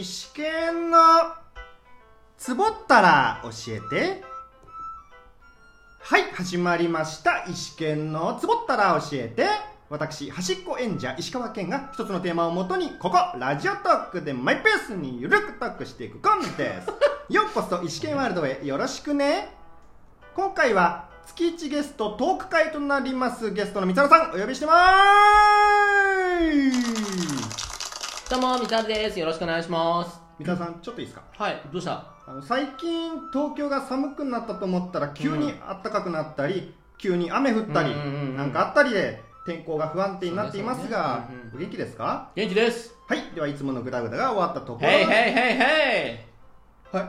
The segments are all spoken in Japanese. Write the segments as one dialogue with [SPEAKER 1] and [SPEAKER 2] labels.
[SPEAKER 1] 石剣のつぼったら教えてはい始まりました石剣のつぼったら教えて私端っこ演者石川県が一つのテーマをもとにここラジオトークでマイペースにゆるくトークしていくコンテストようこそ石剣ワールドへよろしくね今回は月1ゲストトーク会となりますゲストの三沢さんお呼びしてまーす
[SPEAKER 2] どうも、みたるです。よろしくお願いします。
[SPEAKER 1] 三沢さんちょっといいですか
[SPEAKER 2] はい、どうした
[SPEAKER 1] あの最近東京が寒くなったと思ったら急に暖かくなったり、急に雨降ったり、
[SPEAKER 2] うんうんうんうん
[SPEAKER 1] なんかあったりで天候が不安定になっていますが、
[SPEAKER 2] そうですよねうんうん
[SPEAKER 1] お元気ですか
[SPEAKER 2] 元気です。
[SPEAKER 1] はいではいつものグダグダが終わったところ
[SPEAKER 2] ヘイヘイ
[SPEAKER 1] い
[SPEAKER 2] ヘイヘイ
[SPEAKER 1] は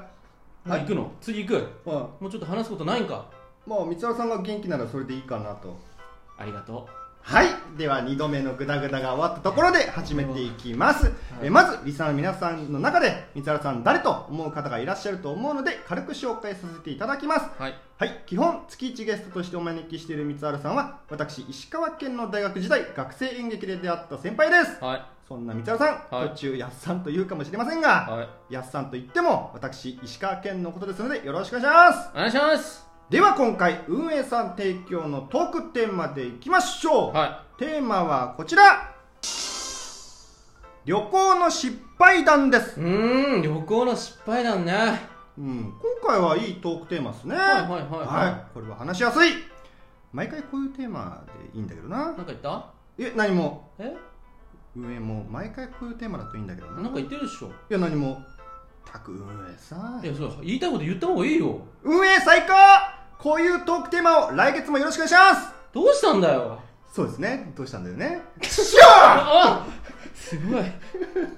[SPEAKER 1] い
[SPEAKER 2] 行くの次行く
[SPEAKER 1] うん
[SPEAKER 2] もうちょっと話すことないんか
[SPEAKER 1] もう三沢さんが元気ならそれでいいかなと
[SPEAKER 2] ありがと
[SPEAKER 1] はいでは2度目のグダグダが終わったところで始めていきます、えまずリスナーの皆さんの中で三沢さん誰と思う方がいらっしゃると思うので軽く紹介させていただきます
[SPEAKER 2] う。はい。
[SPEAKER 1] はい、基本月1ゲストとしてお招きしている三原さんは私石川県の大学時代学生演劇で出会った先輩です
[SPEAKER 2] は
[SPEAKER 1] そんな三原さん、
[SPEAKER 2] はい
[SPEAKER 1] 途中やっさんと言うかもしれません
[SPEAKER 2] い。
[SPEAKER 1] が、
[SPEAKER 2] はい。
[SPEAKER 1] やっさんと言っても私石川県のことですのでよろしくお願いします
[SPEAKER 2] お願いします。
[SPEAKER 1] では今回運営さん提供のトークテーマでいきましょう、
[SPEAKER 2] は
[SPEAKER 1] テーマはこちら旅行の失敗談です
[SPEAKER 2] い。うーん、旅行の失敗談ね。
[SPEAKER 1] うん、今回はいいトークテーマですねはい
[SPEAKER 2] はいはいはい
[SPEAKER 1] これは話しやすい毎回こういうテーマでいいんだけどな
[SPEAKER 2] なんか言った
[SPEAKER 1] え何も
[SPEAKER 2] え
[SPEAKER 1] 運営も毎回こういうテーマだといいんだけどな
[SPEAKER 2] な
[SPEAKER 1] んい
[SPEAKER 2] か言ってるでしょ
[SPEAKER 1] や何もたく運営さん
[SPEAKER 2] いや、そう、言いたいこと言った方がいいよ。
[SPEAKER 1] 運営最高こういうトークテーマを来月もよろしくお願いしま
[SPEAKER 2] どうしたんだよ。
[SPEAKER 1] すそうですねどうしたんだよね
[SPEAKER 2] ああすごい。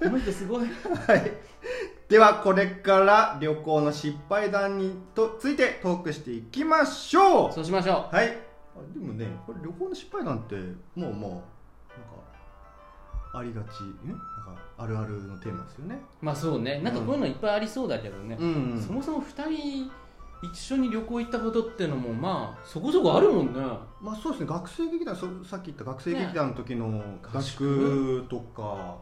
[SPEAKER 2] この人すごい。
[SPEAKER 1] はいではこれから旅行の失敗談にとついてトークしていきましょう
[SPEAKER 2] そうしましょ
[SPEAKER 1] はいでもねこれ旅行の失敗なんてもうもうなんかありがちんなんかあるあるのテーマですよね
[SPEAKER 2] う。まあそうね。なんかこういうのいっぱいありそうだけどね。
[SPEAKER 1] ん
[SPEAKER 2] そもそも2人一緒に旅行行ったことってのもまあそこそこあるもんね
[SPEAKER 1] まあそうですね学生劇団そさっき言った学生劇団の時の合
[SPEAKER 2] 合
[SPEAKER 1] 宿
[SPEAKER 2] 宿
[SPEAKER 1] とか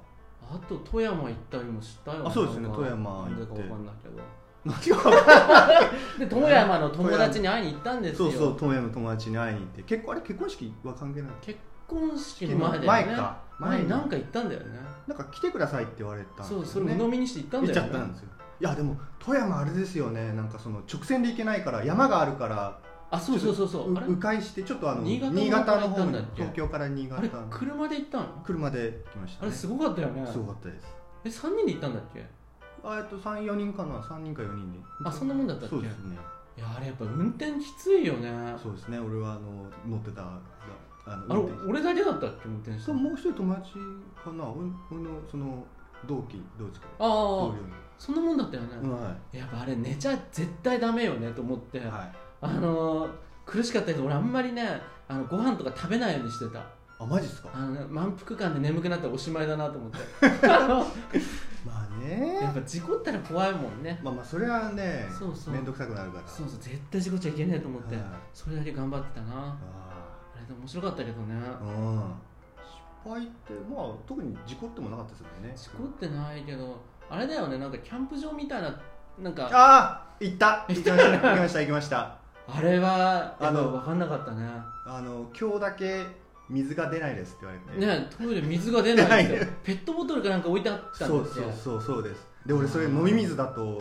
[SPEAKER 2] あと富山行ったりもしたよ
[SPEAKER 1] あそうですね
[SPEAKER 2] なんか
[SPEAKER 1] 富山行って
[SPEAKER 2] なんでか分かんないけど
[SPEAKER 1] 何が分かんない
[SPEAKER 2] で富山の友達に会いに行ったんです
[SPEAKER 1] そ
[SPEAKER 2] よ
[SPEAKER 1] うそう友の友達に会いに行って結構あれ結婚式は関係ない
[SPEAKER 2] 結婚式の前だよね
[SPEAKER 1] 前か
[SPEAKER 2] 前に
[SPEAKER 1] な
[SPEAKER 2] なんん
[SPEAKER 1] か
[SPEAKER 2] か行ったんだよね
[SPEAKER 1] なんか来てくださいって言われたんです
[SPEAKER 2] そ
[SPEAKER 1] よ
[SPEAKER 2] うそれ鵜呑みにして行ったん
[SPEAKER 1] 行っ
[SPEAKER 2] だ
[SPEAKER 1] ちゃ
[SPEAKER 2] よね
[SPEAKER 1] ったんですよいやでも富山あれですよねなんかその直線で行けないから山があるから
[SPEAKER 2] あそうそうそうそうあれ
[SPEAKER 1] 迂回してちょっとあの
[SPEAKER 2] 新潟の
[SPEAKER 1] 新潟の
[SPEAKER 2] 方
[SPEAKER 1] 方
[SPEAKER 2] から行ったん
[SPEAKER 1] に
[SPEAKER 2] だっけ
[SPEAKER 1] 東京から新
[SPEAKER 2] あ
[SPEAKER 1] 潟
[SPEAKER 2] れ車で行ったの
[SPEAKER 1] 車で来ました
[SPEAKER 2] あ
[SPEAKER 1] ね
[SPEAKER 2] れすごかったよね
[SPEAKER 1] すごかったです
[SPEAKER 2] え3人で行ったんだっけ
[SPEAKER 1] あえっと34人かな3人か4人で
[SPEAKER 2] あそんなもんだったっけ
[SPEAKER 1] そうですね
[SPEAKER 2] いやあれやっぱ運転きついよね
[SPEAKER 1] そうですね俺はあの乗ってたあ
[SPEAKER 2] あ
[SPEAKER 1] の
[SPEAKER 2] れ
[SPEAKER 1] 運転手
[SPEAKER 2] 俺だけだったっけ運転して
[SPEAKER 1] そうもう一人友達かな俺俺のその同期同期か
[SPEAKER 2] ああ
[SPEAKER 1] 同
[SPEAKER 2] そんなもんだったよね、
[SPEAKER 1] 僚のは
[SPEAKER 2] やっぱあれ寝ちゃ絶対ダメよねと思って、
[SPEAKER 1] いはい
[SPEAKER 2] あのー、苦しかったけど俺あんまりねあのご飯とか食べないようにしてた
[SPEAKER 1] あマジっすか
[SPEAKER 2] あの、ね、満腹感で眠くなったらおしまいだなと思って あの
[SPEAKER 1] まあ
[SPEAKER 2] や
[SPEAKER 1] ね
[SPEAKER 2] っぱ事故ったら怖いもんね
[SPEAKER 1] まあまあそれはね
[SPEAKER 2] そうそう
[SPEAKER 1] 面倒くさくなるから
[SPEAKER 2] そうそう絶対事故っちゃいけねえと思って、
[SPEAKER 1] はい
[SPEAKER 2] それだけ頑張ってたな
[SPEAKER 1] あ
[SPEAKER 2] あれでも面白かったけどね
[SPEAKER 1] あうん失敗ってまあ特に事故ってもなかったですよね
[SPEAKER 2] 事故ってないけどあれだよねなんかキャンプ場みたいななんかあ
[SPEAKER 1] ああ行った行きました行きました行きました
[SPEAKER 2] れは
[SPEAKER 1] あ
[SPEAKER 2] あ
[SPEAKER 1] の
[SPEAKER 2] の分かんなかったね
[SPEAKER 1] あの今日だけ水が出ないですって言われて
[SPEAKER 2] ねトイレ水が出な いんです
[SPEAKER 1] 出
[SPEAKER 2] よペットボトルかなんか置いてあった
[SPEAKER 1] そ
[SPEAKER 2] ん
[SPEAKER 1] う
[SPEAKER 2] です
[SPEAKER 1] そ
[SPEAKER 2] よ
[SPEAKER 1] うそうそうですで俺それ飲み水だ と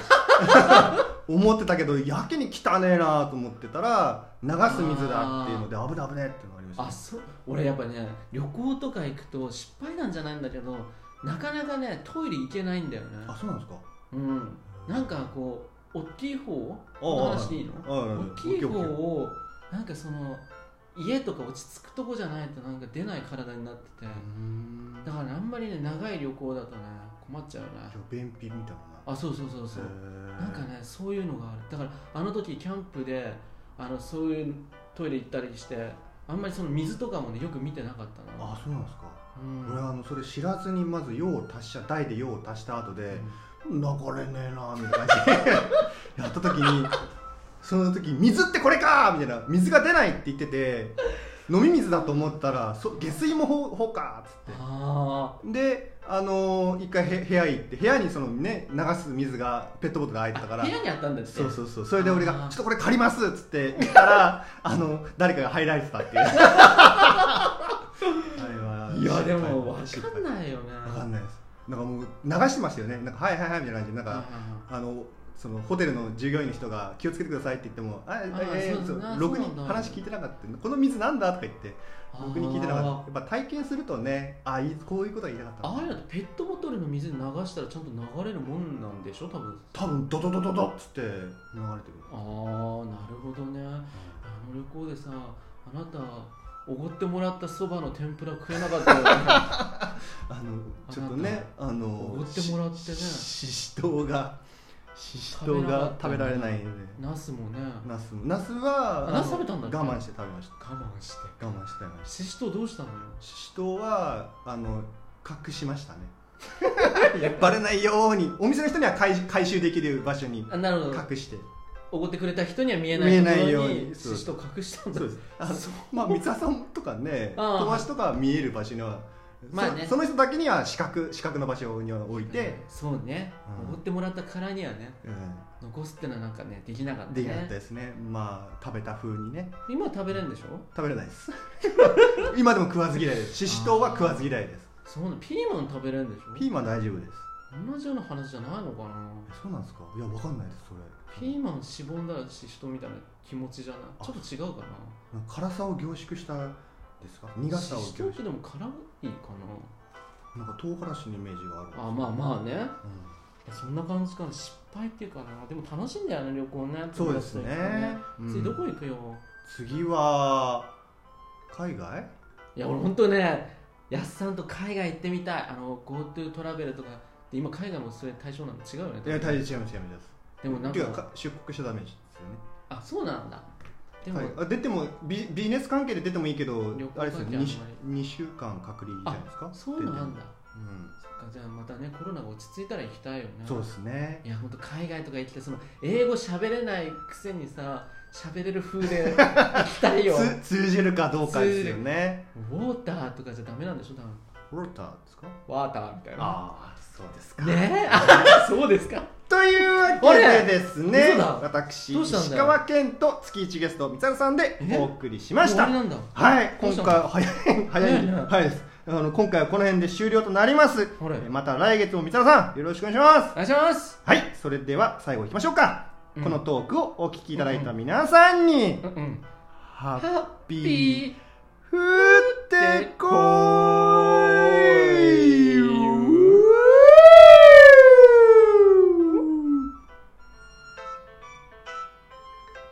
[SPEAKER 1] 思ってたけどやけに汚ねえなと思ってたら流す水だっていうので危ね危ねえっていうのがありました
[SPEAKER 2] あそう俺やっぱね旅行とか行くと失敗なんじゃないんだけどなかなかねトイレ行けないんだよね
[SPEAKER 1] あそうなんですか
[SPEAKER 2] うんなんかこう大きい方
[SPEAKER 1] おう
[SPEAKER 2] の話でいいの
[SPEAKER 1] おうおう
[SPEAKER 2] 大きい方
[SPEAKER 1] オッケー
[SPEAKER 2] をなんかその家とか落ち着くとこじゃないとなんか出ない体になってて
[SPEAKER 1] うんじ
[SPEAKER 2] だ
[SPEAKER 1] ゃ
[SPEAKER 2] からねあんまりね長い旅行だとね困っちゃうね
[SPEAKER 1] あ便秘みたいな
[SPEAKER 2] あそうそうそうそう
[SPEAKER 1] へえ
[SPEAKER 2] なんかねそういうのがあるだからあの時キャンプであのそういうトイレ行ったりしてあんまりその水とかもねよく見てなかったな
[SPEAKER 1] あそうなんですか
[SPEAKER 2] うん
[SPEAKER 1] 俺はあのそれ知らずにまず用を足した台で用を足した後で流れねえなみたいな感 じでやった時にその時水ってこれかみたいな水が出ないって言って て飲み水だと思ったらそ下水もほうほうかっつって
[SPEAKER 2] あ
[SPEAKER 1] でああのー一回へ部屋行って部屋にそのね流す水がペットボトルが入ってたから
[SPEAKER 2] 部屋にあったんだって
[SPEAKER 1] そうそうそうそれで俺が
[SPEAKER 2] あー
[SPEAKER 1] 「ちょっとこれ借ります」っつって言ったらあの誰かが入られてたって いうあれはい
[SPEAKER 2] やでも分
[SPEAKER 1] 失
[SPEAKER 2] か
[SPEAKER 1] 敗
[SPEAKER 2] んないよね
[SPEAKER 1] わかんない
[SPEAKER 2] い
[SPEAKER 1] ですなんかもう流してましたよねなんか「はいはいはい」みたいな感じでなんか、あのそのホテルの従業員の人が気をつけてくださいって言っても「あえ
[SPEAKER 2] あ
[SPEAKER 1] え
[SPEAKER 2] そう
[SPEAKER 1] そう
[SPEAKER 2] な
[SPEAKER 1] ろく
[SPEAKER 2] そう
[SPEAKER 1] に
[SPEAKER 2] なんだ
[SPEAKER 1] 話聞いてなかったこの水なんだ?」とか言って僕に聞いてなかったやっぱ体験するとねあいいこういうことは言いたかった
[SPEAKER 2] ああいうのってペットボトルの水に流したらちゃんと流れるもんなんでしょ多分
[SPEAKER 1] 多分ドドドドドっつって流れてくる
[SPEAKER 2] ああなるほどねあの旅行でさあなたおごってもらったそばの天ぷら食えなかったよね
[SPEAKER 1] あのちょっとねあの
[SPEAKER 2] おごってもらってね
[SPEAKER 1] しししとうがししと
[SPEAKER 2] 食
[SPEAKER 1] う
[SPEAKER 2] べなか
[SPEAKER 1] が
[SPEAKER 2] った
[SPEAKER 1] 食べられないんで
[SPEAKER 2] ナスもね我
[SPEAKER 1] ナスもナスは
[SPEAKER 2] あ
[SPEAKER 1] あの
[SPEAKER 2] ナス食べたんだっけ
[SPEAKER 1] 我慢して食べました
[SPEAKER 2] 慢して
[SPEAKER 1] 我慢して食べました
[SPEAKER 2] シシトウどうしたのよ
[SPEAKER 1] ししとうはあの隠しましたね
[SPEAKER 2] い や
[SPEAKER 1] バレないようにお店の人には回回収できる場所に
[SPEAKER 2] あなるほど
[SPEAKER 1] 隠して
[SPEAKER 2] おごってくれた人には見えないとこ
[SPEAKER 1] 見えないよ
[SPEAKER 2] ろ
[SPEAKER 1] う
[SPEAKER 2] に
[SPEAKER 1] にそう
[SPEAKER 2] シシトウ隠したんだ
[SPEAKER 1] そうですあ
[SPEAKER 2] そう
[SPEAKER 1] まあ三沢さんとかね
[SPEAKER 2] ああ
[SPEAKER 1] 友達とかは見える場所には
[SPEAKER 2] まあね
[SPEAKER 1] そその人だけには四角四角の場所には置いて、
[SPEAKER 2] そうね
[SPEAKER 1] うん
[SPEAKER 2] おごってもらったからにはね
[SPEAKER 1] うん
[SPEAKER 2] 残すってのはなんかねできなかった
[SPEAKER 1] できなかった
[SPEAKER 2] ね
[SPEAKER 1] ですねまあ食べた風にね
[SPEAKER 2] 今は食べれるんでしょ
[SPEAKER 1] 食べれないです 今でも食わず嫌いですししとうは食わず嫌いです
[SPEAKER 2] そうなのピーマン食べれるんでしょ
[SPEAKER 1] ピーマン大丈夫です
[SPEAKER 2] 同じような話じゃないのかな
[SPEAKER 1] えそうなんですかいやわかんないですそれ
[SPEAKER 2] ピーマンしぼんだらししとうみたいな気持ちじゃない
[SPEAKER 1] あ
[SPEAKER 2] ちょっと違うか
[SPEAKER 1] 辛さを凝縮したですか苦
[SPEAKER 2] な
[SPEAKER 1] さを
[SPEAKER 2] ししとう
[SPEAKER 1] 凝
[SPEAKER 2] って
[SPEAKER 1] 縮
[SPEAKER 2] でも辛いか
[SPEAKER 1] なんか唐辛子のイメージがある
[SPEAKER 2] なあまあまあね
[SPEAKER 1] うん
[SPEAKER 2] そんな感じかな失敗っていうかなでも楽しいんだよね旅行ね
[SPEAKER 1] そうですね
[SPEAKER 2] 友達と行くとね。
[SPEAKER 1] うん
[SPEAKER 2] 次どこ行くよ
[SPEAKER 1] 次は海外？
[SPEAKER 2] いや俺本当ねやっさんと海外行ってみたいあの GoTo トラベルとかって今海外もそれ対象なの違うよね
[SPEAKER 1] いや大丈夫違います違います。
[SPEAKER 2] でもなん
[SPEAKER 1] ていう
[SPEAKER 2] か
[SPEAKER 1] かか出国しちゃダメですよね。
[SPEAKER 2] あそうなんだでも、
[SPEAKER 1] はいあ出てもビビジネス関係で出てもいいけど
[SPEAKER 2] 旅行関係
[SPEAKER 1] あれですよね
[SPEAKER 2] あん
[SPEAKER 1] 二
[SPEAKER 2] まり
[SPEAKER 1] 週二週間隔離じゃないですか？
[SPEAKER 2] そうな
[SPEAKER 1] 出
[SPEAKER 2] ん
[SPEAKER 1] て
[SPEAKER 2] だ
[SPEAKER 1] もうん
[SPEAKER 2] そっかじゃあまたねコロナが落ち着いたら行きたいよね
[SPEAKER 1] そうですね。
[SPEAKER 2] いや本当海外とか行ってその英語喋れないくせにさ喋れる風で行きたいよ
[SPEAKER 1] つ通じるかどうかですよね。
[SPEAKER 2] ウォーターとかじゃダメなんでしょ多分
[SPEAKER 1] ウォーターですか？
[SPEAKER 2] ワーターみたいな
[SPEAKER 1] ああそうですか。
[SPEAKER 2] ねえあそうですか
[SPEAKER 1] というわけでですね
[SPEAKER 2] 嘘だ
[SPEAKER 1] 私
[SPEAKER 2] どうしたん
[SPEAKER 1] 石
[SPEAKER 2] だよ
[SPEAKER 1] 川健と月一ゲスト三沢さんでお送りしました
[SPEAKER 2] 終。わりなんだ
[SPEAKER 1] はい、
[SPEAKER 2] ど
[SPEAKER 1] 今
[SPEAKER 2] うした
[SPEAKER 1] 回
[SPEAKER 2] の
[SPEAKER 1] は 早い、早い、
[SPEAKER 2] ねえねえ
[SPEAKER 1] はいです。あの、今回はこの辺で終了となります。
[SPEAKER 2] ほれ
[SPEAKER 1] えまた来月も三沢さん、よろしくお願いします
[SPEAKER 2] お。願いします
[SPEAKER 1] はい、それでは最後行きましょうか。
[SPEAKER 2] うん
[SPEAKER 1] このトークをお聞きいただいた皆さんに、
[SPEAKER 2] うんうん
[SPEAKER 1] ハ
[SPEAKER 2] ハ
[SPEAKER 1] ッ
[SPEAKER 2] ッ
[SPEAKER 1] ピー、
[SPEAKER 2] ピー
[SPEAKER 1] ふってこー